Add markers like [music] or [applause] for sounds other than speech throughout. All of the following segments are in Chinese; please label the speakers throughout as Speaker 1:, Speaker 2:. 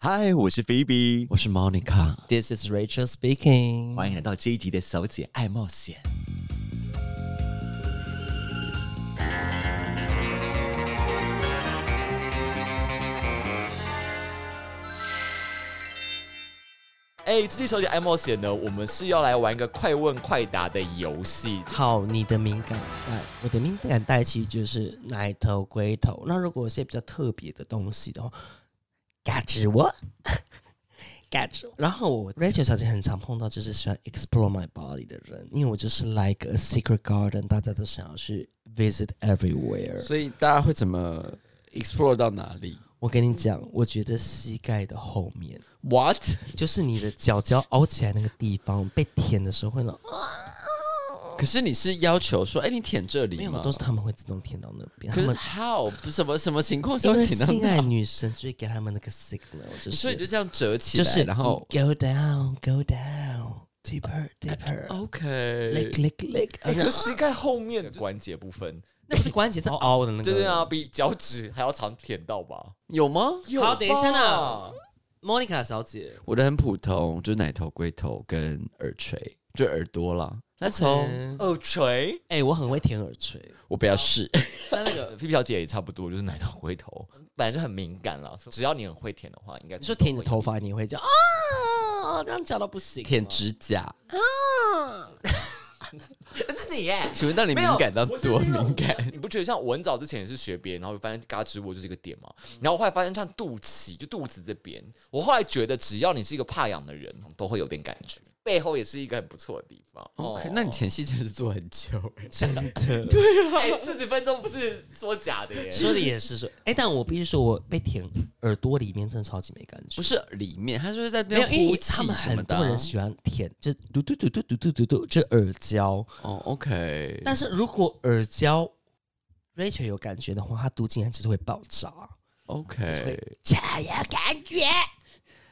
Speaker 1: 嗨，我是菲比，
Speaker 2: 嗯
Speaker 3: 我是 Monica，
Speaker 2: This is Rachel speaking。
Speaker 1: 欢迎来到这一集的《小姐爱冒险》。
Speaker 3: 哎、这期小姐爱冒险呢，我们是要来玩一个快问快答的游戏。
Speaker 2: 好，你的敏感带，我的敏感带其实就是奶头、龟头。那如果有些比较特别的东西的话，嘎吱我， [laughs] 嘎吱我。然后我 Rachel 小姐很常碰到就是喜欢 explore my body 的人，因为我就是 like a secret garden，大家都想要去 visit everywhere。
Speaker 4: 所以大家会怎么 explore 到哪里
Speaker 2: 我跟你讲，我觉得膝盖的后面，
Speaker 4: ？What？
Speaker 2: 就是你的脚脚凹起来那个地方，被舔的时候会那种啊
Speaker 4: 可是你是要求说，哎、你舔这里吗？
Speaker 2: 没有，都是他们会自动舔到那边。他
Speaker 4: 可是
Speaker 2: 们
Speaker 4: how 不是什么什么情况下
Speaker 2: 因
Speaker 4: 会
Speaker 2: 为
Speaker 4: 舔到
Speaker 3: [laughs]
Speaker 2: 性爱
Speaker 4: 那？
Speaker 2: 女神就会给他们那个 signal，就是
Speaker 4: 所以你就这样折起
Speaker 2: 就
Speaker 4: 来，
Speaker 2: 是
Speaker 4: 然后
Speaker 2: go down go down deeper
Speaker 3: 嗯
Speaker 2: deeper
Speaker 4: OK，
Speaker 2: lick lick lick，
Speaker 3: 哎、
Speaker 2: 啊
Speaker 3: 可是膝盖后面的关节部分，
Speaker 2: [laughs] 那不是关节超凹的那个？
Speaker 3: 就是要比脚趾还要常舔到吧？
Speaker 4: 有吗？
Speaker 3: 有
Speaker 2: 好等一下
Speaker 3: 吧
Speaker 2: 呢，Monica 小姐
Speaker 4: 我的很普通，就是奶头、龟头跟耳垂，就耳朵啦。那从
Speaker 2: 嗯
Speaker 3: 耳垂，
Speaker 2: 哎，我很会舔耳垂，
Speaker 4: 我不要试，
Speaker 2: 但那个
Speaker 3: 皮皮小姐也差不多，就是奶头回头，本来就很敏感了。只要你很会舔的话，应该
Speaker 2: 你说舔你的头发，你会这样啊，这样叫到不行吗，
Speaker 4: 舔指甲。
Speaker 3: 是你耶。
Speaker 4: 请问到底
Speaker 3: 没
Speaker 4: 敏
Speaker 3: 有
Speaker 4: 感到
Speaker 3: 我是
Speaker 4: 多
Speaker 3: 因为我
Speaker 4: 敏感？
Speaker 3: 你不觉得像我很早之前也是学别人，然后发现嘎吱窝就是一个点嘛？然后我后来发现像肚脐，就肚子这边，我后来觉得只要你是一个怕痒的人，都会有点感觉，背后也是一个很不错的地方。哦
Speaker 4: OK，那你前戏真的是做很久、哎
Speaker 2: 真的。
Speaker 3: 哎四十分钟不是说假的耶，
Speaker 2: 说的也是说，哎，但我必须说，我被舔耳朵里面真的超级没感
Speaker 4: [laughs]
Speaker 2: 觉
Speaker 4: 不。是里面，他就是在
Speaker 2: 没
Speaker 4: 那
Speaker 2: 有，
Speaker 4: 边
Speaker 2: 因
Speaker 4: 呼
Speaker 2: 为
Speaker 4: 气
Speaker 2: 他们
Speaker 4: 什么
Speaker 2: 很
Speaker 4: 的
Speaker 2: 多
Speaker 4: 啊。
Speaker 2: 人喜欢舔，就嘟嘟嘟嘟嘟嘟嘟嘟，就耳胶。
Speaker 4: 哦，OK，
Speaker 2: 但是如果耳胶 Rachel 有感觉的话，它嘟进来其实会爆炸，就是会
Speaker 4: OK，
Speaker 2: 才有感觉。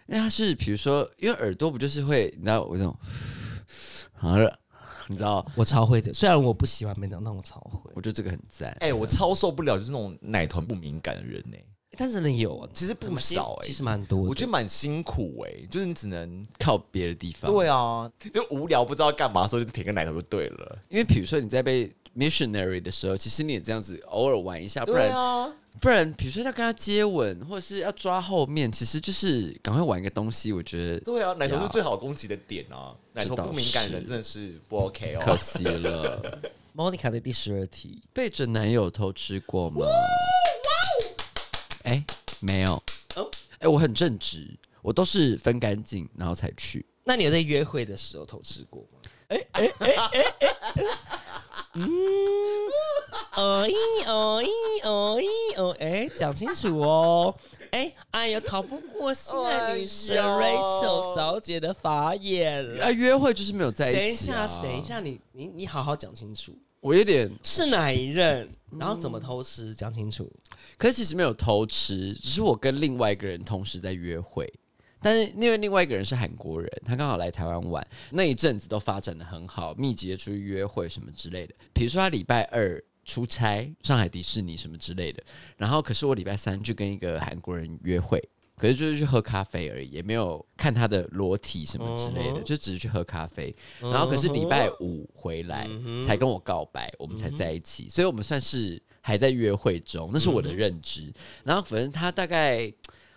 Speaker 4: 因为它是比如说，因为耳朵不就是会，你知道我这种， [sighs] 好热，你知道，
Speaker 2: 我超会的，虽然我不喜欢美容，但我超会。
Speaker 4: 我觉得这个很赞。
Speaker 3: 哎、我超受不了就是那种奶头不敏感的人呢、
Speaker 2: 但是人有啊，
Speaker 3: 其实不少哎、
Speaker 2: 其实蛮多的。
Speaker 3: 我觉得蛮辛苦哎、就是你只能
Speaker 4: 靠别的地方，，
Speaker 3: 对啊，就无聊不知道干嘛的时候就舔个奶头就对了，
Speaker 4: 因为比如说你在被 missionary 的时候，其实你也这样子偶尔玩一下，不
Speaker 3: 对
Speaker 4: 然、
Speaker 3: 啊，
Speaker 4: 不然，比如说要跟他接吻，或者是要抓后面，其实就是赶快玩一个东西，我觉得
Speaker 3: 对啊，奶头是最好攻击的点啊，奶头
Speaker 4: 这倒
Speaker 3: 不敏感的人
Speaker 4: 是
Speaker 3: 真的是不 OK
Speaker 4: 可
Speaker 3: 哦。
Speaker 4: 惜了。
Speaker 2: Monica 的第十二题，
Speaker 4: 被准男友偷吃过吗？哎、没有。
Speaker 2: 哦
Speaker 4: 哎、我很正直，我都是分干净然后才去。
Speaker 2: 那你有在约会的时候偷吃过吗？ [laughs] 哎哎哎哎哎哎，嗯，哦一哦一哦一哦，哎，讲清楚哦，哎，哎呀，逃不过性爱女神
Speaker 3: 哎呦
Speaker 2: Rachel 小姐的法眼了。
Speaker 4: 啊，约会就是没有在一起、啊
Speaker 2: 等一下，等一，下，你你你好好讲清楚，
Speaker 4: 我有点，
Speaker 2: 是哪一任，然后怎么偷吃，讲清楚。
Speaker 4: 可是其实没有偷吃，只是我跟另外一个人同时在约会。但是因为另外一个人是韩国人，他刚好来台湾玩，那一阵子都发展的很好，密集的出去约会什么之类的。比如说他礼拜二出差上海迪士尼什么之类的，然后可是我礼拜三去跟一个韩国人约会，可是就是去喝咖啡而已，也没有看他的裸体什么之类的，
Speaker 2: 嗯哼
Speaker 4: 就只是去喝咖啡。然后可是礼拜五回来才跟我告白，我们才在一起，所以我们算是还在约会中，那是我的认知。然后反正他大概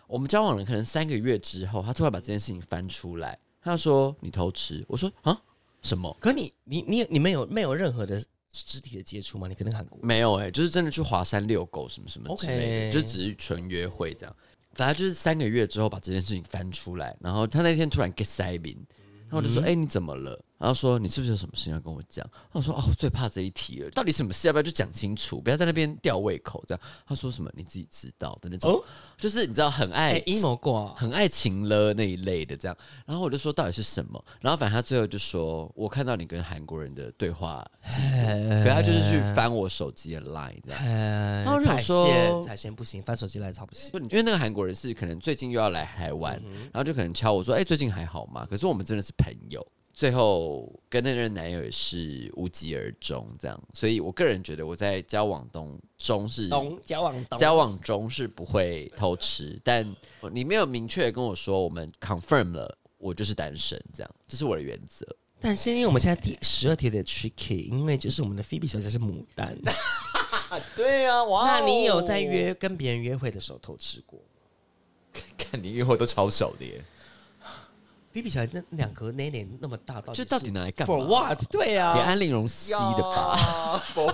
Speaker 4: 我们交往了可能三个月之后，他突然把这件事情翻出来，他就说你偷吃，我说啊什么？
Speaker 2: 可你你你你们有没有任何的肢体的接触吗？你跟那个韩国人
Speaker 4: 没有哎、就是真的去华山遛狗什么什么之类
Speaker 2: OK
Speaker 4: 的，就只是纯约会这样。反正就是三个月之后把这件事情翻出来，然后他那天突然 get 塞宾，
Speaker 2: 嗯
Speaker 4: 然后我就说：“哎、你怎么了？”然后说：“你是不是有什么事情要跟我讲？”然后我说：“哦，我最怕这一题了，到底什么事？要不要就讲清楚，不要在那边吊胃口这样。”他说什么你自己知道的那种，
Speaker 2: 哦
Speaker 4: 就是你知道很爱
Speaker 2: 哎，阴谋过啊，
Speaker 4: 很爱情了那一类的这样。然后我就说到底是什么？然后反正他最后就说，我看到你跟韩国人的对话记录，可他就是去翻我手机的 line 这样。
Speaker 2: 呃
Speaker 4: 然后我想
Speaker 2: 彩
Speaker 4: 说
Speaker 2: 线彩线不行，翻手机来超不行。
Speaker 4: 不因为那个韩国人是可能最近又要来台湾，然后就可能敲我说：“哎、最近还好吗？”可是我们真的是朋友，最后跟那任男友也是无疾而终，这样。所以我个人觉得我在交往中中是
Speaker 2: 懂交往懂
Speaker 4: 交往中是不会偷吃，但你没有明确地跟我说我们 confirm 了，我就是单身，这样，这是我的原则。
Speaker 2: 但是因为我们现在第十二题的 tricky，因为就是我们的菲比小姐是牡丹，
Speaker 3: 啊 [laughs] 对啊，哇哦
Speaker 2: 那你有在？约跟别人约会的时候偷吃过吗？
Speaker 3: [laughs] 看你约会都超少的耶，
Speaker 2: 菲比小姐那两颗奶奶那么大，到底
Speaker 4: 就是到底拿来干嘛
Speaker 2: 哦 for what？对
Speaker 4: 给
Speaker 2: 啊，
Speaker 4: 安陵容吸的吧
Speaker 3: [laughs] 吧？不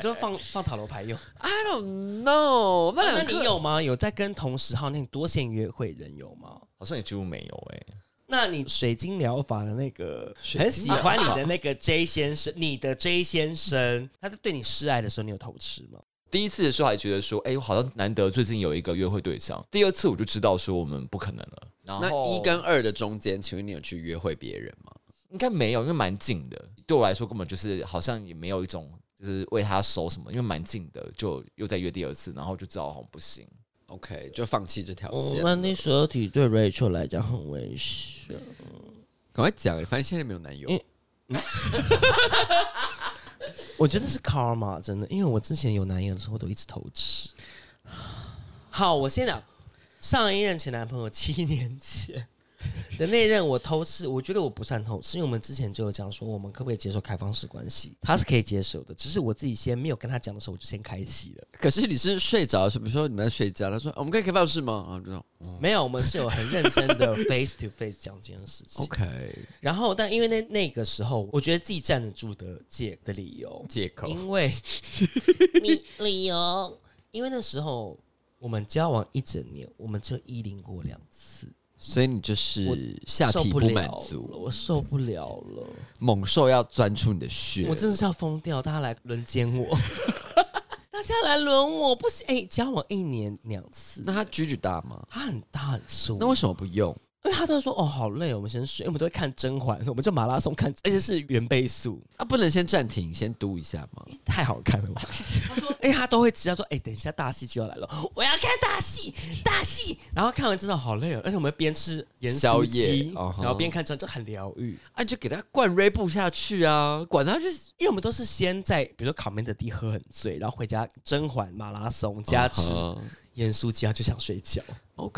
Speaker 2: 就放放塔罗牌用。
Speaker 4: ？I don't know，那
Speaker 2: 哦那
Speaker 4: 两
Speaker 2: 你
Speaker 4: 个
Speaker 2: 有吗？有在跟同时号那多线约会人有吗？
Speaker 3: 好像也几乎没有哎。
Speaker 2: 那你水晶疗法的那个
Speaker 4: 水
Speaker 2: 很
Speaker 4: 晶
Speaker 2: 喜欢你的那个 J 先生，你的 J 先生，他在对你示爱的时候，你有偷吃吗？
Speaker 3: 第一次的时候还觉得说，哎、我好像难得最近有一个约会对象。第二次我就知道说我们不可能了。然
Speaker 4: 那
Speaker 3: 后
Speaker 4: 一跟二的中间，请问你有去约会别人吗？
Speaker 3: 应该没有，因为蛮近的。对我来说根本就是好像也没有一种就是为他熟什么，因为蛮近的，就又再约第二次，然后就知道好像不行。
Speaker 4: OK，就放弃这条线。
Speaker 2: 哦那那十二体对 Rachel 来讲很危险。
Speaker 4: 赶快讲，反正现在没有男友
Speaker 2: 因。我觉得是 karma，真的，因为我之前有男友的时候，我都一直偷吃。好，我先讲上一任前男朋友七年前的那任，我偷吃，我觉得我不算偷吃，因为我们之前就有讲说，我们可不可以接受开放式关系，他是可以接受的，只是我自己先没有跟他讲的时候，我就先开启了。
Speaker 4: 可是你是睡着，是比如说你们在睡觉，他说、啊我们可以开放式吗？啊，这种
Speaker 2: 没有，我们是有很认真的 face to face 讲这件事情。
Speaker 4: OK
Speaker 2: 然后，但因为那那个时候，我觉得自己站得住的借的理由，
Speaker 4: 借口
Speaker 2: 因为你理由，因为那时候我们交往一整年，我们就一零过两次，
Speaker 4: 所以你就是下
Speaker 2: 受
Speaker 4: 体
Speaker 2: 不
Speaker 4: 不满
Speaker 2: 了了，
Speaker 4: 足，
Speaker 2: 我受不了了，
Speaker 4: 猛兽要钻出你的血。
Speaker 2: 我真的是要疯掉！大家来轮奸我，大家来轮我，不行！哎、交往一年两次，
Speaker 4: 那他举举大吗？
Speaker 2: 他很大很粗，
Speaker 4: 那为什么不用？
Speaker 2: 因为他都会说哦好累，我们先睡，因为我们都会看甄嬛，我们就马拉松看，而且是原倍速，
Speaker 4: 啊，不能先暂停，先嘟一下吗？
Speaker 2: 太好看了吧？他说，哎、他都会知道说，哎、等一下大戏就要来了，我要看大戏，大戏。然后看完真的好累哦，而且我们边吃盐
Speaker 4: 宵
Speaker 2: 酥
Speaker 4: 夜
Speaker 2: 鸡，
Speaker 4: 哦吼
Speaker 2: 然后边看真的就很疗愈，
Speaker 4: 啊，你就给他灌 Ray 布下去啊，管他就是
Speaker 2: 因为我们都是先在比如说烤面的地喝很醉，然后回家甄嬛马拉松加吃
Speaker 4: 啊哈
Speaker 2: 盐酥鸡，他就想睡觉。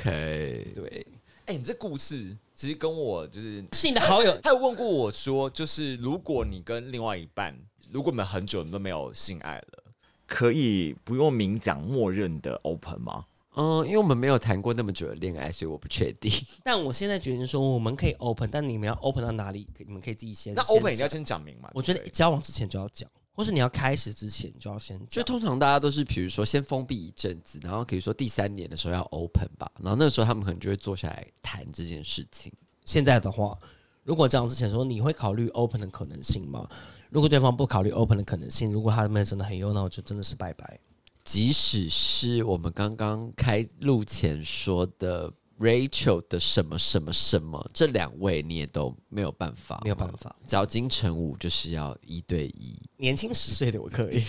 Speaker 4: OK，
Speaker 2: 对，
Speaker 3: 哎、你这故事其实跟我就是，
Speaker 2: 是你的好友，
Speaker 3: 他有问过我说，就是如果你跟另外一半，如果你们很久都没有性爱了，
Speaker 1: 可以不用明讲，默认的 open 吗？
Speaker 4: 嗯，因为我们没有谈过那么久的恋爱，所以我不确
Speaker 2: [laughs]
Speaker 4: 定。
Speaker 2: 但我现在决定说我们可以 open，但你们要 open 到哪里？你们可以自己先。
Speaker 3: 那
Speaker 2: 先
Speaker 3: open 一定
Speaker 2: 讲
Speaker 3: 要先讲明嘛。
Speaker 2: 我觉得
Speaker 3: 对不对
Speaker 2: 交往之前就要讲，或是你要开始之前就要先讲。
Speaker 4: 就通常大家都是，比如说先封闭一阵子，然后可以说第三年的时候要 open 吧，然后那时候他们可能就会坐下来谈这件事情。
Speaker 2: 现在的话，如果交往之前说你会考虑 open 的可能性吗？如果对方不考虑 open 的可能性，如果他们真的很优，那我就真的是拜拜。
Speaker 4: 即使是我们刚刚开录前说的 Rachel 的什么什么什么，这两位你也都没有办法，
Speaker 2: 没有办法，
Speaker 4: 找金城武就是要一对一，
Speaker 2: 年轻十岁的我可以。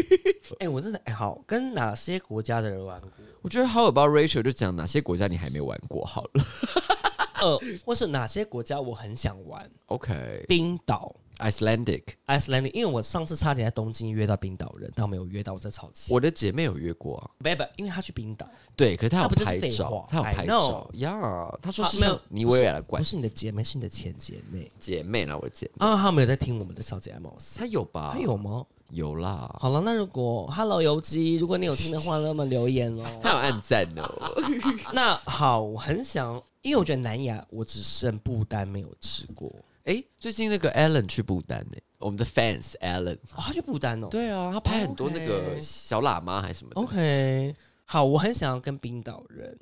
Speaker 2: [laughs] 哎、我真的哎、好，跟哪些国家的人玩过？
Speaker 4: 我觉得好友包 Rachel 就讲哪些国家你还没玩过好了。
Speaker 2: 呃，或是哪些国家我很想玩？
Speaker 4: OK，Icelandic、
Speaker 2: 冰岛、Iceland，因为我上次差点在东京约到冰岛人，但我没有约到，我在吵气。
Speaker 4: 我的姐妹有约过啊，
Speaker 2: 不不，因为他去冰岛，
Speaker 4: 对，可是她
Speaker 2: 那
Speaker 4: 有
Speaker 2: 啊不就是
Speaker 4: 拍
Speaker 2: 废
Speaker 4: 照
Speaker 2: 话，
Speaker 4: 她有
Speaker 2: I
Speaker 4: 拍
Speaker 2: know
Speaker 4: 照呀。她说
Speaker 2: 啊
Speaker 4: 是
Speaker 2: 没有
Speaker 4: 像妮维尔的关
Speaker 2: 不是你的姐妹，是你的前姐妹
Speaker 4: 姐妹啦，我的姐妹，
Speaker 2: 啊。他没有在听我们的小姐爱冒险，
Speaker 4: 她有吧？
Speaker 2: 还有吗？
Speaker 4: 有啦，
Speaker 2: 好了，那如果 Hello 游击，如果你有听的话，那么留言
Speaker 4: [laughs]
Speaker 2: 哦。
Speaker 4: 她有暗赞哦。
Speaker 2: 那好，我很想，因为我觉得南亚我只剩不丹没有吃过，
Speaker 4: 哎，最近那个 Alan 去不丹呢，我们的 fans Alan，
Speaker 2: 哦，他去不丹哦。
Speaker 4: 对啊，他拍很多那个
Speaker 2: OK
Speaker 4: 小喇嘛还是什么的。
Speaker 2: ，OK，好，我很想要跟冰岛人，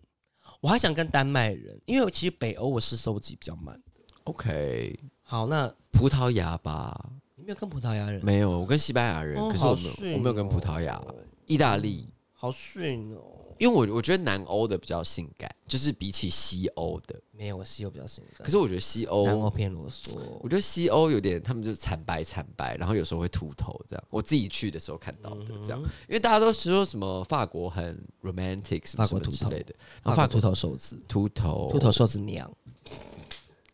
Speaker 2: 我还想跟丹麦人，因为其实北欧我是收集比较慢。
Speaker 4: OK，
Speaker 2: 好，那
Speaker 4: 葡萄牙吧，
Speaker 2: 你没有跟葡萄牙人，
Speaker 4: 没有，我跟西班牙人，
Speaker 2: 哦
Speaker 4: 可是我
Speaker 2: 好
Speaker 4: 没有，
Speaker 2: 逊
Speaker 4: 我没有跟葡萄牙、意大利，
Speaker 2: 好逊哦。
Speaker 4: 因为我我觉得南欧的比较性感，就是比起西欧的。
Speaker 2: 没有，我西欧比较性感，
Speaker 4: 可是我觉得西
Speaker 2: 南欧
Speaker 4: 欧，
Speaker 2: 偏啰嗦。
Speaker 4: 我觉得西欧有点，他们就惨白惨白，然后有时候会秃头这样。我自己去的时候看到的这
Speaker 2: 嗯
Speaker 4: 样，因为大家都说什么法国很 romantic 什么
Speaker 2: 法
Speaker 4: 什
Speaker 2: 国
Speaker 4: 么
Speaker 2: 秃
Speaker 4: 之
Speaker 2: 头
Speaker 4: 类的，然后
Speaker 2: 啊，发
Speaker 4: 法
Speaker 2: 秃
Speaker 4: 国
Speaker 2: 头手指，
Speaker 4: 秃头
Speaker 2: 秃头手指娘。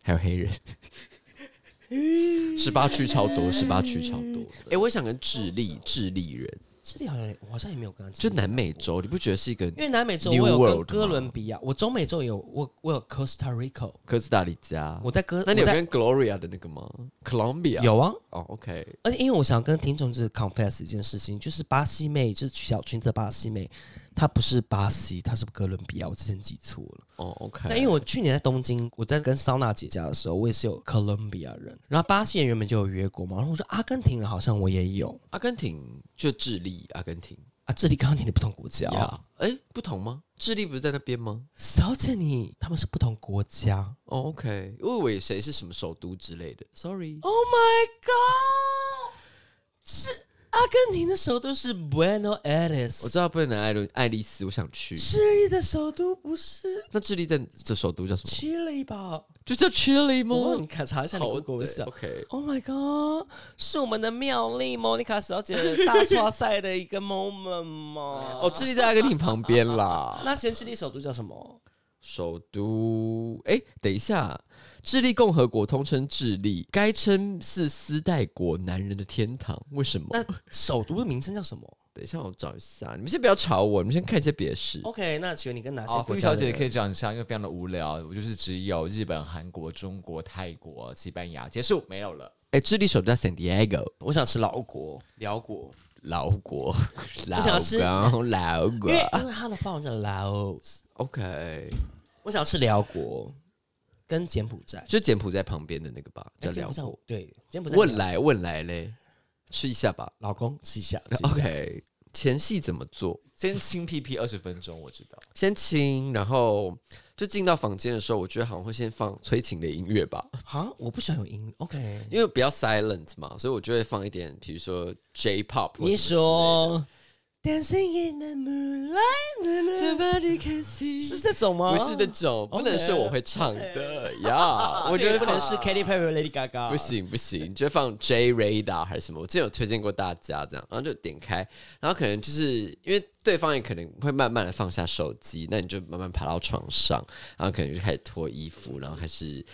Speaker 4: 还有黑
Speaker 2: [laughs]
Speaker 4: 人。十八区超多，十八区超
Speaker 2: [laughs]
Speaker 4: 多。哎、我也想跟智利智利人，
Speaker 2: 智利好像也我好像也没有跟他，
Speaker 4: 就南美，洲，你不觉得是一个
Speaker 2: 因为南美洲
Speaker 4: New
Speaker 2: 我有
Speaker 4: World
Speaker 2: 跟
Speaker 4: 嘛
Speaker 2: 哥伦比亚，我中美洲有我我有 Costa Rica，
Speaker 4: 科斯达黎加？
Speaker 2: 我在哥，
Speaker 4: 那你有
Speaker 2: 我在
Speaker 4: 跟 Gloria 的那个吗？Colombia
Speaker 2: 有啊，
Speaker 4: 哦，OK，
Speaker 2: 而且因为我想跟听众就是 confess 一件事情，就是巴西妹，就是小裙子的巴西妹，她不是巴西，她是哥伦比亚，我之前记错了。
Speaker 4: 哦，OK。
Speaker 2: 那因为我去年在东京，我在跟桑娜姐家的时候，我也是有哥伦比亚人，然后巴西人原本就有约过嘛，然后我说阿根廷人好像我也有
Speaker 4: 阿根廷就智利，阿根廷
Speaker 2: 啊，智利跟阿根廷的不同国家。哦
Speaker 4: 呀，哎、不同吗？智利不是在那边吗？
Speaker 2: 小姐你他们是不同国家
Speaker 4: 哦，OK，我以为谁是什么首都之类的，Sorry，
Speaker 2: ，Oh my god，是阿根廷的首都是 Buenos
Speaker 4: 我
Speaker 2: Aires，
Speaker 4: 知道不能爱伦爱丽丝，我想去。
Speaker 2: 智利的首都不是
Speaker 4: 那智利在这首都叫什么？
Speaker 2: Chile 吧？
Speaker 4: 就叫 Chile
Speaker 2: 我忘了
Speaker 4: 吗
Speaker 2: 你？看查一下你
Speaker 4: 好
Speaker 2: Google 一下
Speaker 4: 对。，OK。
Speaker 2: Oh my god，是我们的妙丽莫妮卡小姐大抓赛的一个 moment 吗？
Speaker 4: 哦，智利在阿根廷旁边啦。
Speaker 2: 那前智利首都叫什么？
Speaker 4: 首都，哎，等一下，智利共和国通称智利，该称是丝带国男人的天堂，为什么？
Speaker 2: 那首都的名称叫什么
Speaker 4: 等一下，我找一下。你们先不要吵我，你们先看一些别的事。
Speaker 2: ？OK，那请问你跟哪些
Speaker 3: 好，
Speaker 2: 国
Speaker 3: 傅
Speaker 2: 家
Speaker 3: 啊小
Speaker 2: 的人？
Speaker 3: 姐可以讲一下，因为非常的无聊，我就是只有日本、韩国、中国、泰国、西班牙，结束没有了。
Speaker 4: 哎，智利首都叫 San Diego，
Speaker 2: 我想吃老国、辽国，
Speaker 4: 老
Speaker 2: [laughs]
Speaker 4: 国，老
Speaker 2: 想吃
Speaker 4: 国，老国
Speaker 2: 因。为因为它的法文叫 Laos，
Speaker 4: OK，
Speaker 2: 我想吃辽国跟柬埔寨。
Speaker 4: 就柬埔寨旁边的那个吧，
Speaker 2: 哎
Speaker 4: 叫
Speaker 2: 柬
Speaker 4: 辽
Speaker 2: 埔寨
Speaker 4: 国
Speaker 2: 我。对柬埔寨
Speaker 4: 问来问来嘞，吃一下吧。
Speaker 2: 老公吃一下。吃一下
Speaker 4: OK，前戏怎么做？
Speaker 3: 先亲屁 [laughs] 屁二十分钟，我知道。
Speaker 4: 先亲，然后就进到房间的时候，我觉得好像会先放催情的音乐吧，
Speaker 2: 啊，我不喜欢有音。OK，
Speaker 4: 因为比较 silent 嘛，所以我就会放一点，比如说 J-pop 或
Speaker 2: 你
Speaker 4: 什么之类的。
Speaker 2: 说 Dancing in the moonlight，
Speaker 4: Nobody can see，
Speaker 2: 是这种吗？
Speaker 4: 不是那种，不能是我会唱的
Speaker 2: [laughs]
Speaker 4: 呀。我
Speaker 2: 我
Speaker 4: 觉得啊
Speaker 2: 觉啊得不能是 Katy Perry、Lady Gaga，
Speaker 4: 不。行不行，就放 J Radar 还是什么，我之前有推荐过大家这样，然后就点开，然后可能就是因为对方也可能会慢慢的放下手机，那你就慢慢爬到床上，然后可能就开始脱衣服，然后开始。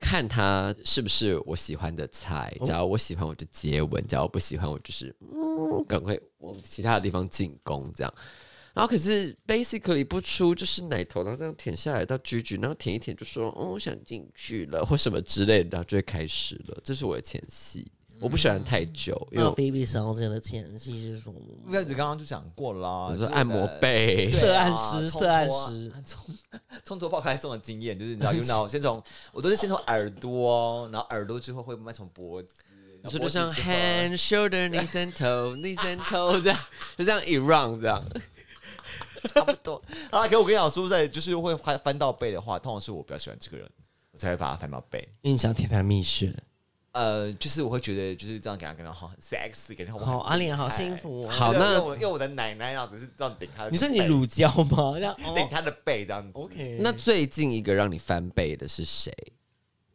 Speaker 4: 看他是不是我喜欢的菜，只要我喜欢我就接吻，只要我不喜欢我就是嗯，赶快往其他的地方进攻这样。然后可是 basically 不出就是奶头，然后这样舔下来到居居，然后舔一舔就说哦我想进去了或什么之类的，然后就会开始了。这是我的前戏，我不喜欢太久，因为我
Speaker 2: 那 Baby 小姐的前戏是什么？
Speaker 3: 不要子刚刚就讲过啦，
Speaker 4: 我
Speaker 3: 就
Speaker 4: 说
Speaker 3: 是
Speaker 4: 按摩
Speaker 3: [laughs]
Speaker 4: 背，
Speaker 3: 对
Speaker 2: 色
Speaker 3: 啊
Speaker 2: 暗示
Speaker 3: 冲
Speaker 2: 色暗
Speaker 3: 脱
Speaker 2: 示
Speaker 4: 啊
Speaker 3: 冲冲脱泡开送的经验，就是你知道，you know，先从我都是先从耳朵，然后耳朵之后会慢慢从脖子，
Speaker 4: 你
Speaker 3: 然后
Speaker 4: 说就
Speaker 3: 脖子
Speaker 4: 像
Speaker 3: 之后
Speaker 4: hand shoulder 内三头内三头这样，就这样一 round 这样。
Speaker 3: 差不多 [laughs] 啊。可我跟你讲，说实在，就是会翻翻到背的话，通常是我比较喜欢这个人，我才会把他翻到背。
Speaker 2: 因为你想舔他蜜穴。
Speaker 3: 呃，就是我会觉得就是这样给他感到好很 sexy，感觉我很
Speaker 2: 好，阿
Speaker 3: 厉
Speaker 2: 莲好
Speaker 3: 害
Speaker 2: 幸。福哦。
Speaker 4: 好那
Speaker 3: 用我用我的奶奶样子是这样顶他的背，
Speaker 2: 你说你乳胶
Speaker 4: [laughs]
Speaker 2: 吗？这样
Speaker 3: 顶
Speaker 2: 哦
Speaker 3: 他的背这样子。
Speaker 2: OK，
Speaker 4: 那最近一个让你翻背的是谁？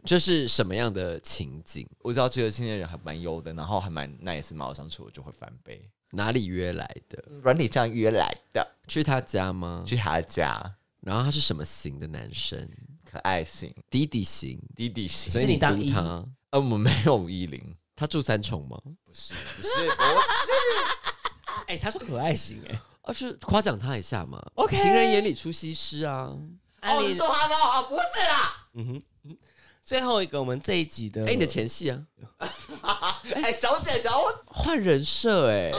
Speaker 4: 就是什么样的情景？
Speaker 3: 我知道这个青年人还蛮优的，然后还蛮 nice，蛮好相处，我就会翻倍。
Speaker 4: 哪里约来的？
Speaker 3: 软体上约来的，
Speaker 4: 去他家吗？
Speaker 3: 去他家，
Speaker 4: 然后他是什么型的男生？
Speaker 3: 可爱型、
Speaker 4: 弟弟型，
Speaker 3: 弟弟型
Speaker 4: 所。以
Speaker 2: 所以
Speaker 4: 你
Speaker 2: 你当
Speaker 4: 读
Speaker 2: 一
Speaker 4: 他，
Speaker 3: 呃，我们没有一零，
Speaker 4: 他住三重吗？
Speaker 3: 不是，不是，不
Speaker 2: 哎，他说可爱型哎。
Speaker 4: 啊，是夸奖他一下嘛
Speaker 2: OK
Speaker 4: 情人眼里出西施啊。
Speaker 3: 是。哦，
Speaker 2: 安
Speaker 3: 你
Speaker 2: 利
Speaker 3: 说他呢？ [laughs] 哦，不是啦。
Speaker 2: 最后一个，我们这一集的，
Speaker 4: 哎、你的前戏啊，
Speaker 3: 哎，小姐，小我
Speaker 4: 换人设哎、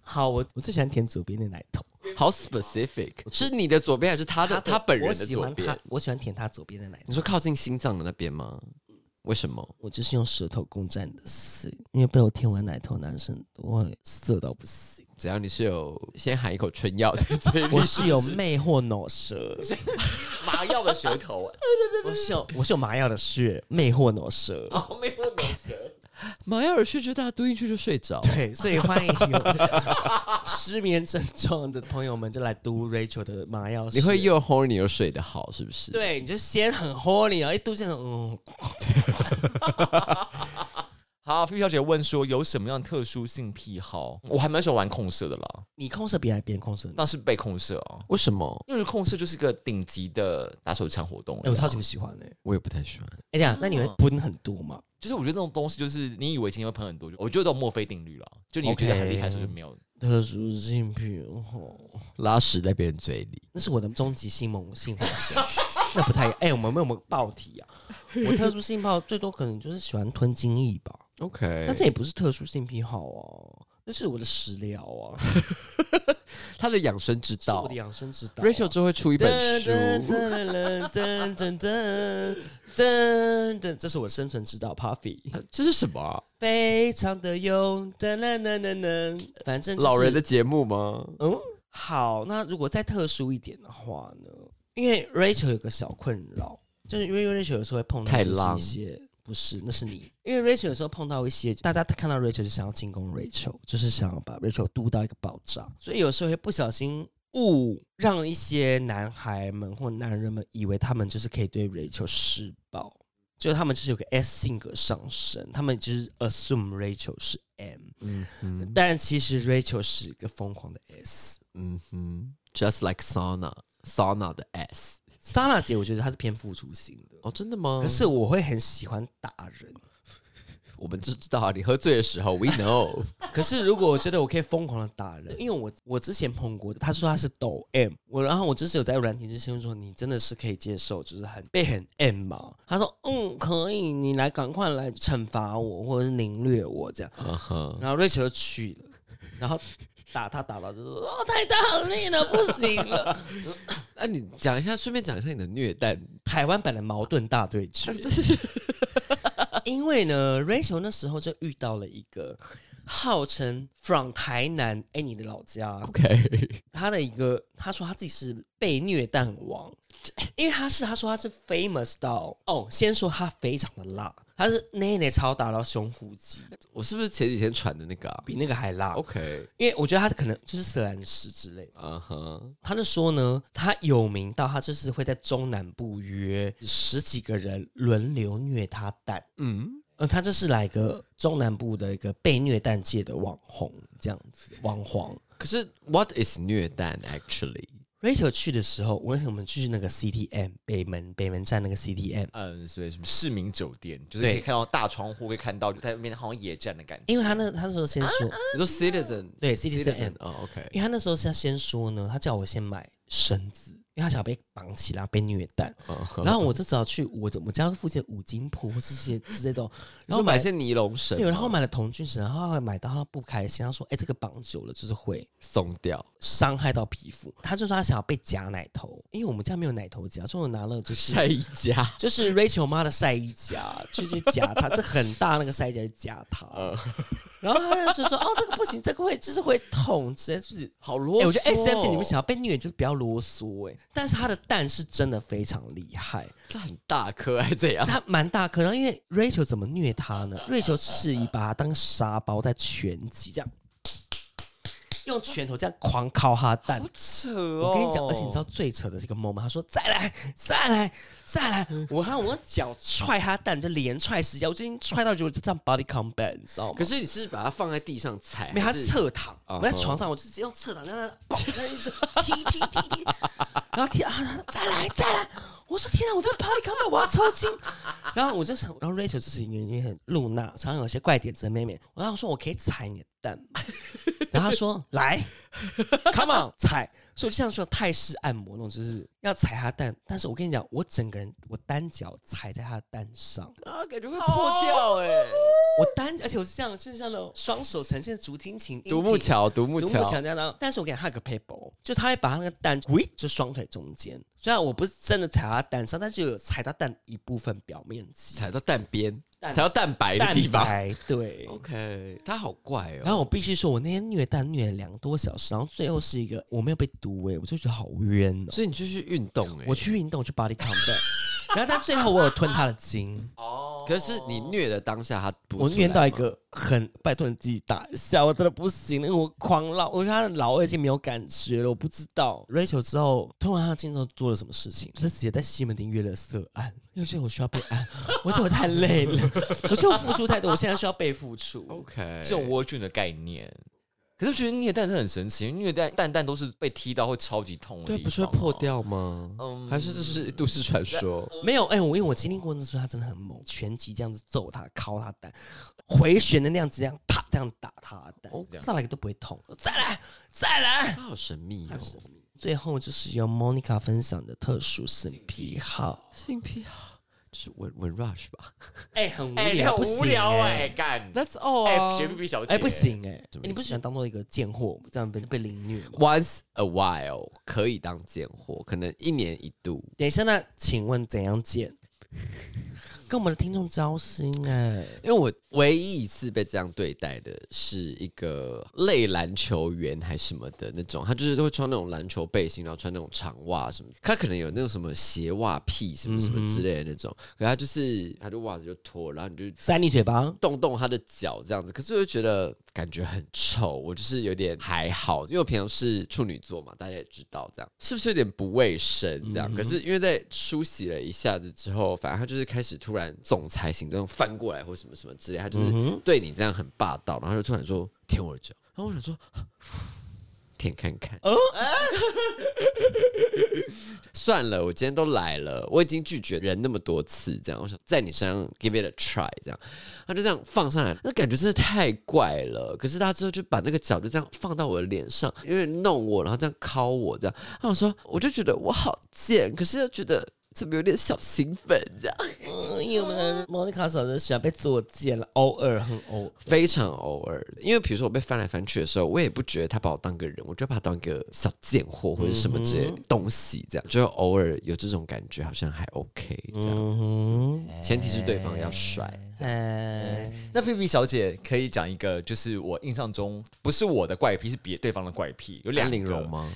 Speaker 2: 好，我我最喜欢舔左边的奶头，
Speaker 4: [laughs] 好 specific，是你的左边还是他的他
Speaker 2: 的
Speaker 4: 本人
Speaker 2: 我
Speaker 4: 的
Speaker 2: 喜
Speaker 4: 左
Speaker 2: 欢
Speaker 4: 边
Speaker 2: 他？，我喜欢舔他左边的奶头
Speaker 4: 你。说靠近心脏的那边吗？为什么？
Speaker 2: 我就是用舌头攻占你的心，因为被我舔完奶头的男生都会色到
Speaker 4: [laughs]
Speaker 2: 不行。
Speaker 4: 只要你是有先含一口春药在嘴 [laughs] 里，
Speaker 2: 我是有魅惑脑舌，
Speaker 3: [laughs]
Speaker 4: [laughs]
Speaker 3: 麻药的舌头，
Speaker 2: 我是有我是有麻药的血，魅惑脑舌。
Speaker 3: 哦，没有脑舌。
Speaker 4: 马药尔血就大家蹲进去就睡着。
Speaker 2: [laughs] 对，所以欢迎有 [laughs] 失眠症状的朋友们就来读 Rachel 的麻药室。
Speaker 4: 你会又 horny 又睡得好，是不是？
Speaker 2: 对，你就先很 horny，然后一嘟进来，嗯，
Speaker 3: 好，菲菲小姐问说有什么样的特殊性癖好？我还蛮喜欢玩控射的啦，
Speaker 2: 你控射别人，别人控射你。
Speaker 3: 但是被控射哦、
Speaker 4: 为什么？
Speaker 3: 因为控射就是一个顶级的打手枪活动。啊
Speaker 2: 哎、我
Speaker 4: 啊
Speaker 2: 超级不喜欢哎、
Speaker 4: 我也不太喜欢。
Speaker 2: 哎呀，那你会喷很多吗？
Speaker 3: 就是我觉得这种东西，就是你以为今天会喷很多，就我觉得都有墨菲定律了。就你觉得很厉害的时候就没有。
Speaker 2: 特殊性癖哦，
Speaker 4: 拉屎在别人嘴里，
Speaker 2: 那是我的终极性梦性幻想， [laughs] 那不太哎、我们没有没有爆体
Speaker 4: [laughs]
Speaker 2: 啊？我特殊性泡最多可能就是喜欢吞精液吧，但
Speaker 4: OK，
Speaker 2: 这也不是特殊性癖好哦、那是我的食疗啊，
Speaker 4: 他的养生之
Speaker 2: 是我
Speaker 4: 道
Speaker 2: 的养生之道啊。
Speaker 4: ，Rachel 就会出一本书。
Speaker 2: 噔噔噔噔噔噔噔，这是我生存之道，Puffy，
Speaker 4: 这是什么啊、
Speaker 2: 非常的勇，噔噔噔噔噔，反正就是
Speaker 4: 老人的节目吗？
Speaker 2: 嗯，好，那如果再特殊一点的话呢？因为 Rachel 有个小困扰，就是因为 Rachel 有时候会碰到
Speaker 4: 太
Speaker 2: 就是
Speaker 4: 浪
Speaker 2: 一些不是，那是你。因为 Rachel 有时候碰到一些大家看到 Rachel 就想要进攻 Rachel，就是想要把 Rachel 嘟到一个爆炸，所以有时候会不小心误让一些男孩们或男人们以为他们就是可以对 Rachel 施暴。就是他们就是有个 S 性格上升，他们就是 assume Rachel 是 M，、
Speaker 4: 嗯哼，
Speaker 2: 但其实 Rachel 是一个疯狂的 S。
Speaker 4: 嗯哼，Just like sauna，sauna 的 S。
Speaker 2: 莎娜姐，我觉得她是偏付出型的，
Speaker 4: 哦，真的吗？
Speaker 2: 可是我会很喜欢打人。
Speaker 4: 我们就知道啊，你喝醉的时候，We [laughs] know。
Speaker 2: 可是如果我觉得我可以疯狂的打人，因为我我之前碰过的，他说他是抖 M，我然后我就是有在软体之前说你真的是可以接受，就是很被很 M 嘛。他说嗯可以，你来赶快来惩罚我或者是凌虐我这样，
Speaker 4: 嗯哼，
Speaker 2: 然后瑞秋就去了，然后打他打到就是哦太大力了不行了， [laughs]
Speaker 4: 那你讲一下，顺便讲一下你的虐待。
Speaker 2: 台湾版的矛盾大对决
Speaker 4: 啊。 [laughs] 这是
Speaker 2: 因为呢，Rachel 那时候就遇到了一个号称 from 台南，哎，你的老家，
Speaker 4: OK，
Speaker 2: 他的一个，他说他自己是被虐蛋王，因为他是他说他是 famous 到哦，先说他非常的辣，他是内内超打到胸腹肌，
Speaker 4: 我是不是前几天传的那个、啊、
Speaker 2: 比那个还辣。
Speaker 4: ？OK，
Speaker 2: 因为我觉得他可能就是色兰石之类的，
Speaker 4: 嗯哼，
Speaker 2: 他就说呢，他有名到他就是会在中南部约十几个人轮流虐他蛋，
Speaker 4: 嗯，
Speaker 2: 呃，他就是来个中南部的一个被虐蛋界的网红这样子，网黄。
Speaker 4: 可是 What is 虐待 actually？
Speaker 2: Rachel 去的时候，我我们去那个 CTM 北门北门站那个 CTM，
Speaker 3: 嗯，所以什么市民酒店，就是可以
Speaker 2: 对
Speaker 3: 看到大窗户，会看到就在那边好像野战的感觉。
Speaker 2: 因为他那他那时候先说，
Speaker 4: 你说 citizen
Speaker 2: 对
Speaker 4: 嗯 citizen
Speaker 2: CTM，
Speaker 4: 哦，OK，
Speaker 2: 因为他那时候是他先说呢，他叫我先买绳子，因为他想被绑起来被虐蛋。
Speaker 4: 嗯哼
Speaker 2: 然后我就只好去我的我家附近的五金铺或是一些之类的，哦
Speaker 4: 然
Speaker 2: 然
Speaker 4: 后
Speaker 2: 后
Speaker 4: 买
Speaker 2: 买
Speaker 4: 一些尼龙哦绳吗，
Speaker 2: 对，然哦后买了童军绳，然后他买到他不开心，他说：“哎、这个绑久了就是会
Speaker 4: 松掉，
Speaker 2: 伤害到皮肤。他就说他想要被夹奶头，因为我们家没有奶头夹，所以我拿了就是
Speaker 4: 晒一家。
Speaker 2: 就是 Rachel 妈的晒衣夹，去去夹它，这很大那个晒衣夹去夹 [laughs] 它。然后他就说：“哦，这个不行，这个会就是会痛，直接是。
Speaker 4: 好
Speaker 2: 哎
Speaker 4: 啰嗦、哦
Speaker 2: 我觉得 S F 你们想要被虐就不要啰嗦哎、但是他的蛋是真的非常厉害，
Speaker 4: 这很大颗还是怎样？
Speaker 2: 他蛮大颗。然后因为 Rachel 怎么虐他呢？Rachel 是以把他当沙包在拳击这样，用拳头这样狂敲他蛋，
Speaker 3: 扯哦
Speaker 2: 我跟你讲，而且你知道最扯的这个 moment，他说再来，再来，再来，
Speaker 3: 嗯
Speaker 2: 我看我用脚踹他蛋，就连踹十下，我最近踹到就这样 body combat，你知道吗？
Speaker 4: [laughs] 可是你是把它放在地上踩，
Speaker 2: 没有，他
Speaker 4: 还
Speaker 2: 是
Speaker 4: 是
Speaker 2: 侧躺，
Speaker 4: 啊
Speaker 2: 我在床上，我就直接用侧躺，在那嘣，那一直踢踢踢踢，然后踢啊，再来再来，我说天啊，我这 body combat 我要抽筋， [laughs] 然后我就想，然后 Rachel 就是因为因为很露娜，常常有些怪点子的妹妹，我让她说我可以踩你的
Speaker 4: [laughs]
Speaker 2: 蛋吗，然后她说来，come on 踩。所以我就像说泰式按摩那种，就是要踩她蛋，但是我跟你讲，我整个人我单脚踩在她的蛋上，
Speaker 4: 啊，感觉会破掉哎、
Speaker 2: 我单，而且我是这样，就是像那种双手呈现竹蜻蜓、
Speaker 4: 独木
Speaker 2: 蜻蜓
Speaker 4: 桥，独木
Speaker 2: 独木
Speaker 4: 桥
Speaker 2: 桥，这样的。但是我给他个 paper，就他会把他那个蛋，喂，就双腿中间。虽然我不是真的踩到他蛋上，但是有踩到蛋一部分表面积，
Speaker 4: 踩到蛋边，
Speaker 2: 蛋
Speaker 4: 踩到蛋白的
Speaker 2: 蛋
Speaker 4: 地方。
Speaker 2: 白对。
Speaker 4: OK，它好怪哦。
Speaker 2: 然后我必须说，我那天虐蛋虐了两个多小时，然后最后是一个我没有被毒哎、我就觉得好冤哦、
Speaker 4: 所以你就去运动哎、
Speaker 2: 我去运动，我去 body combat，然后但最后我有吞他的精，
Speaker 3: 哦，
Speaker 4: 可是你虐的当下，他不
Speaker 2: 我
Speaker 4: 出
Speaker 2: 虐
Speaker 4: 来
Speaker 2: 到一
Speaker 4: 吗
Speaker 2: 个很，拜托你自己打一下，我真的不行了，因为我狂老，我觉得他的老我已经没有感觉了，我不知道 Rachel 之后，突然他今天做了什么事情，就是直接在西门町约了色案，因为觉得我需要被按，我觉得我太累了，我觉得我付出太多，我现在需要被付出。
Speaker 4: [laughs] OK，
Speaker 3: 这种 Virgin 的概念。可是我觉得虐蛋是很神奇，因为虐蛋蛋蛋都是被踢到会超级痛的地
Speaker 4: 对
Speaker 3: 方啊，
Speaker 4: 不是会破掉吗？
Speaker 3: 嗯
Speaker 4: 还是这是都市传说？
Speaker 2: 没有，哎、我因为我经历过那时候，他真的很猛，拳击这样子揍他，敲他蛋，回旋的那样子，这样啪这样打他的蛋，
Speaker 4: OK
Speaker 2: 再来一个都不会痛，再来，再来。
Speaker 4: 他好神秘哦，
Speaker 2: 最后就是由 Monica 分享的特殊性癖好，
Speaker 4: 性癖好就是文文 rush 吧
Speaker 2: 哎、很无
Speaker 3: 哎，你
Speaker 2: 聊，
Speaker 3: 很
Speaker 2: 不行
Speaker 3: 无聊
Speaker 2: 哎、
Speaker 3: 哎，干
Speaker 4: ？That's all
Speaker 3: 哎
Speaker 4: 啊，
Speaker 3: 学 B B 小姐
Speaker 2: 哎、不行哎、
Speaker 4: 什么意思
Speaker 2: 你不喜欢当做一个贱货，这样被被凌虐吗？
Speaker 4: Once a while 可以当贱货，可能一年一度。
Speaker 2: 等一下，那请问怎样贱？跟我们的听众交心哎、
Speaker 4: 因为我唯一一次被这样对待的是一个类篮球员还什么的那种，他就是都会穿那种篮球背心，然后穿那种长袜什么，他可能有那种什么鞋袜屁什么什么之类的那种，可他就是他就袜子就脱，然后你就
Speaker 2: 塞你嘴巴，
Speaker 4: 动动他的脚这样子，可是我就觉得感觉很臭，我就是有点还好，因为我平常是处女座嘛，大家也知道这样，是不是有点不卫生这样？可是因为在梳洗了一下子之后，反正他就是开始突然总裁型这种翻过来或什么什么之类，他就是对你这样很霸道，然后就突然说舔我的脚，然后我想说。 [laughs] 啊舔看看， [laughs] 算了，我今天都来了，我已经拒绝人那么多次，这样我想在你身上 give it a try，这样，他就这样放上来，那感觉真的太怪了。可是他之后就把那个脚就这样放到我的脸上，因为弄我，然后这样敲我，这样，然后我说我就觉得我好贱，可是又觉得怎么有点小兴奋，这样，
Speaker 2: 嗯，因为我们的 Monica 小姐喜欢被作贱了，偶尔很偶尔。
Speaker 4: 非常偶尔。因为比如说我被翻来翻去的时候，我也不觉得他把我当个人，我就把他当一个小贱货或者什么之类的东西，这样，嗯就偶尔有这种感觉，好像还 OK 这样。
Speaker 2: 嗯哼，
Speaker 4: 前提是对方要帅。
Speaker 2: 哎、
Speaker 3: 那菲菲小姐可以讲一个，就是我印象中不是我的怪癖，是别对方的怪癖，有两
Speaker 4: 安陵
Speaker 3: 个
Speaker 4: 容？吗？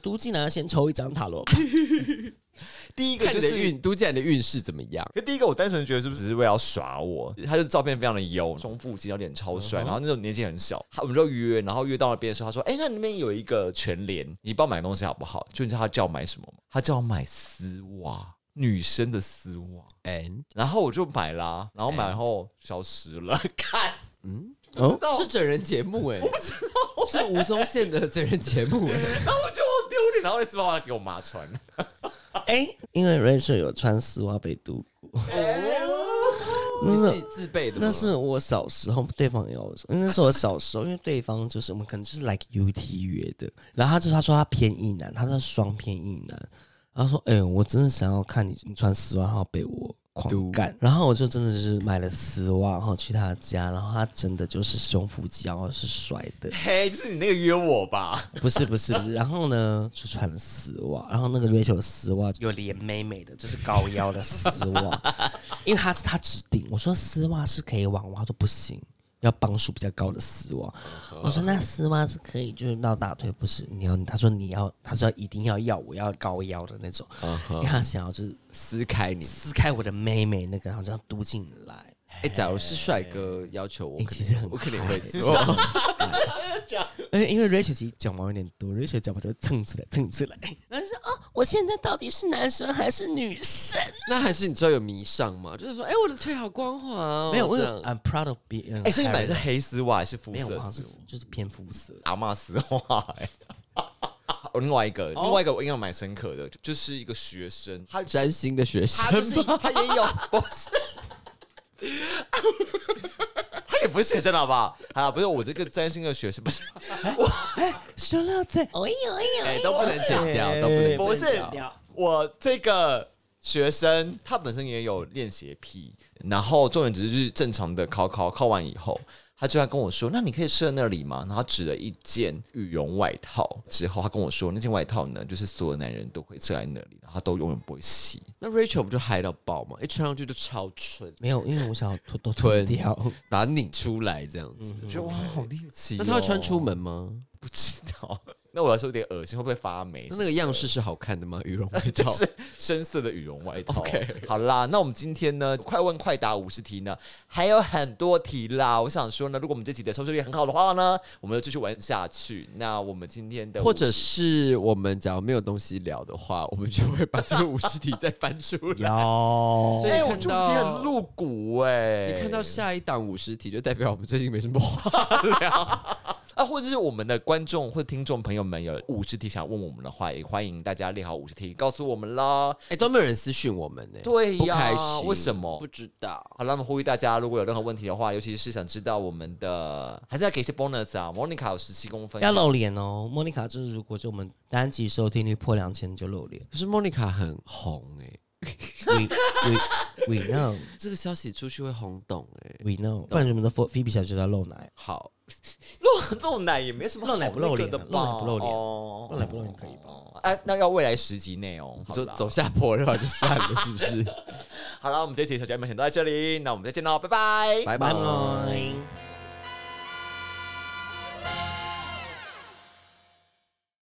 Speaker 2: 都进来先抽一张塔罗牌，
Speaker 3: 第一个
Speaker 4: 看
Speaker 3: 就
Speaker 4: 你的
Speaker 3: 是
Speaker 4: 运，都姐你的运势怎么样？
Speaker 3: 可第一个我单纯觉得是不是只是为了要耍我？他就是照片非常的油，胸腹肌，然后脸超帅，
Speaker 4: 嗯
Speaker 3: 然后那时候年纪很小，他我们就约，然后约到那边的时候，他说：“哎、那里面有一个全联，你帮我买东西好不好？”就你知道他叫我买什么吗？他叫我买丝袜，女生的丝袜。
Speaker 4: 哎，
Speaker 3: 然后我就买啦、然后买完后消失了， [laughs] 看，
Speaker 4: 嗯，
Speaker 3: 不知道，
Speaker 4: 是整人节目哎，我知道，是吴宗宪的整人节目
Speaker 3: [laughs]
Speaker 4: 哎。
Speaker 3: 然后我就好丢脸，然后那丝袜给我妈穿。 [laughs]
Speaker 2: 哎、因为 Rachel 有穿丝袜被毒过，
Speaker 3: 哎
Speaker 4: 你
Speaker 2: 那
Speaker 4: 自
Speaker 2: 是
Speaker 4: 己自备的吗？
Speaker 2: 那是我小时候，对方也要我说，因为那是我小时候，因为 [laughs] 对方就是我们可能就是 like UT 约的，然后他就他说他偏一男，他是双偏一男，然后说哎、我真的想要看你你穿丝袜，然后被我狂干，然后我就真的就是买了丝袜，然后去他家，然后他真的就是胸腹肌，然后是甩的，
Speaker 3: 嘿，是你那个约我吧？
Speaker 2: 不是不是不是，然后呢就穿了丝袜，然后那个 Rachel 的丝袜有连妹妹的，就是高腰的丝袜，因为他是他指定，我说丝袜是可以往外，他说不行，要磅数比较高的丝袜，我说那丝袜是可以就是到大腿，不是你要，他说你要，他说一定要要我要高腰的那种，因为他想要就是
Speaker 4: 撕开你。
Speaker 2: 撕开我的妹妹那个，好像嘟进来。
Speaker 4: 哎，假如是帅哥要求我，
Speaker 2: 哎
Speaker 4: 可
Speaker 2: 其实
Speaker 4: 能
Speaker 2: 很
Speaker 4: 我肯定
Speaker 2: 嗨
Speaker 4: 会
Speaker 3: [laughs]
Speaker 4: 做。
Speaker 3: 啊
Speaker 2: [laughs] 而且因为 Rachel 其实脚毛有点多，Rachel 脚毛就蹭起来蹭起来，然后就说哦，我现在到底是男生还是女生？
Speaker 4: 那还是你知道有迷上吗？就是说，哎，我的腿好光滑哦。
Speaker 2: 没有，我
Speaker 4: 这
Speaker 2: 有
Speaker 4: 样
Speaker 2: I'm proud of being an
Speaker 3: 哎、所以你买的
Speaker 2: Arab
Speaker 3: 是黑丝袜还是肤
Speaker 2: 没有，
Speaker 3: 色
Speaker 2: 我好像
Speaker 3: 丝
Speaker 2: 是
Speaker 3: 袜？
Speaker 2: 就是偏肤色。
Speaker 3: 阿嬷丝袜、欸。 [laughs] 哦另外一个，另外一个我印象蛮深刻的，就就是一个学生，他
Speaker 4: 占星的学生
Speaker 3: 他就是他也 [laughs] 有，不是，他也不是学生好不 [laughs] 好？啊，不是我这个占星的学生，不是
Speaker 2: 小料子，哎呦哎呦，
Speaker 4: 哎都不能剪掉，都不能剪掉
Speaker 3: 不是我这个学生，他本身也有练鞋癖，然后重点只是正常的考考考完以后。他居然跟我说：“那你可以设那里吗？”然后他指了一件羽绒外套，之后他跟我说：“那件外套呢，就是所有男人都会设在那里，然后他都永远不会洗。
Speaker 4: 那 Rachel 不就嗨到爆吗？一哎穿上去就超纯，
Speaker 2: 没有，因为我想要脱都
Speaker 4: 吞
Speaker 2: 吞掉。
Speaker 4: 把它拧出来这样子。
Speaker 2: 嗯
Speaker 3: 我觉得哇，好猎奇、哦
Speaker 2: 哎
Speaker 3: [laughs]
Speaker 4: 那他会穿出？门吗？
Speaker 3: 不知道，那我来说有点恶心，会不会发霉？
Speaker 4: 那那个样式是好看的吗？羽绒外
Speaker 3: 就
Speaker 2: [laughs]
Speaker 4: 套。
Speaker 3: 是深色的羽绒外套。
Speaker 4: OK
Speaker 3: 好啦，那我们今天呢，快问快答五十题呢，还有很多题啦。我想说呢，如果我们这集的收视率很好的话呢，我们就继续玩下去。那我们今天的
Speaker 4: 或者是我们假如没有东西聊的话，我们就会把这个五十题再翻出来。
Speaker 2: 有
Speaker 4: [laughs] 所以
Speaker 3: 哎、
Speaker 4: 看
Speaker 3: 我主题
Speaker 4: 到欸
Speaker 3: 很露骨哎、
Speaker 4: 你看到下一档五十题，就代表我们最近没什么话。
Speaker 3: 啊，或者是我们的观众或听众朋友们有五十题想问我们的话，也欢迎大家列好五十题告诉我们啦。
Speaker 4: [laughs] 哎、都没有人私讯我们呢、
Speaker 3: 对
Speaker 4: 不开
Speaker 3: 呀，
Speaker 4: 心，
Speaker 3: 为什么
Speaker 4: 不？知道。
Speaker 3: 好了，那么呼吁大家，如果有任何问题的话，尤其是想知道我们的，还是要给一些 bonus 啊。Monica 有十七公分，啊
Speaker 2: 要露脸哦，莫妮卡就是如果就我们单集收听率破两千就露脸
Speaker 4: 可是莫妮卡很红哎、
Speaker 2: [laughs] ，we we we know
Speaker 4: 这个消息出去会轰动哎、
Speaker 2: we know，不然我们的菲比小姐要露奶，
Speaker 4: 好，
Speaker 3: 露露奶也没什么好
Speaker 2: 露奶不露脸
Speaker 3: 那个的
Speaker 2: 露奶
Speaker 3: 吧？
Speaker 2: 不露脸啊
Speaker 3: 哦
Speaker 2: 露奶不露脸可以吧
Speaker 3: 吧？哎、那要未来十集内哦。好
Speaker 4: 就
Speaker 3: 啦
Speaker 4: 走下坡的话就算了，是不 [laughs] 是？
Speaker 3: 好了，我们这期小姐妹们先到这里，那我们再见喽，拜拜。
Speaker 4: 拜
Speaker 2: 拜
Speaker 4: 拜。
Speaker 2: 拜。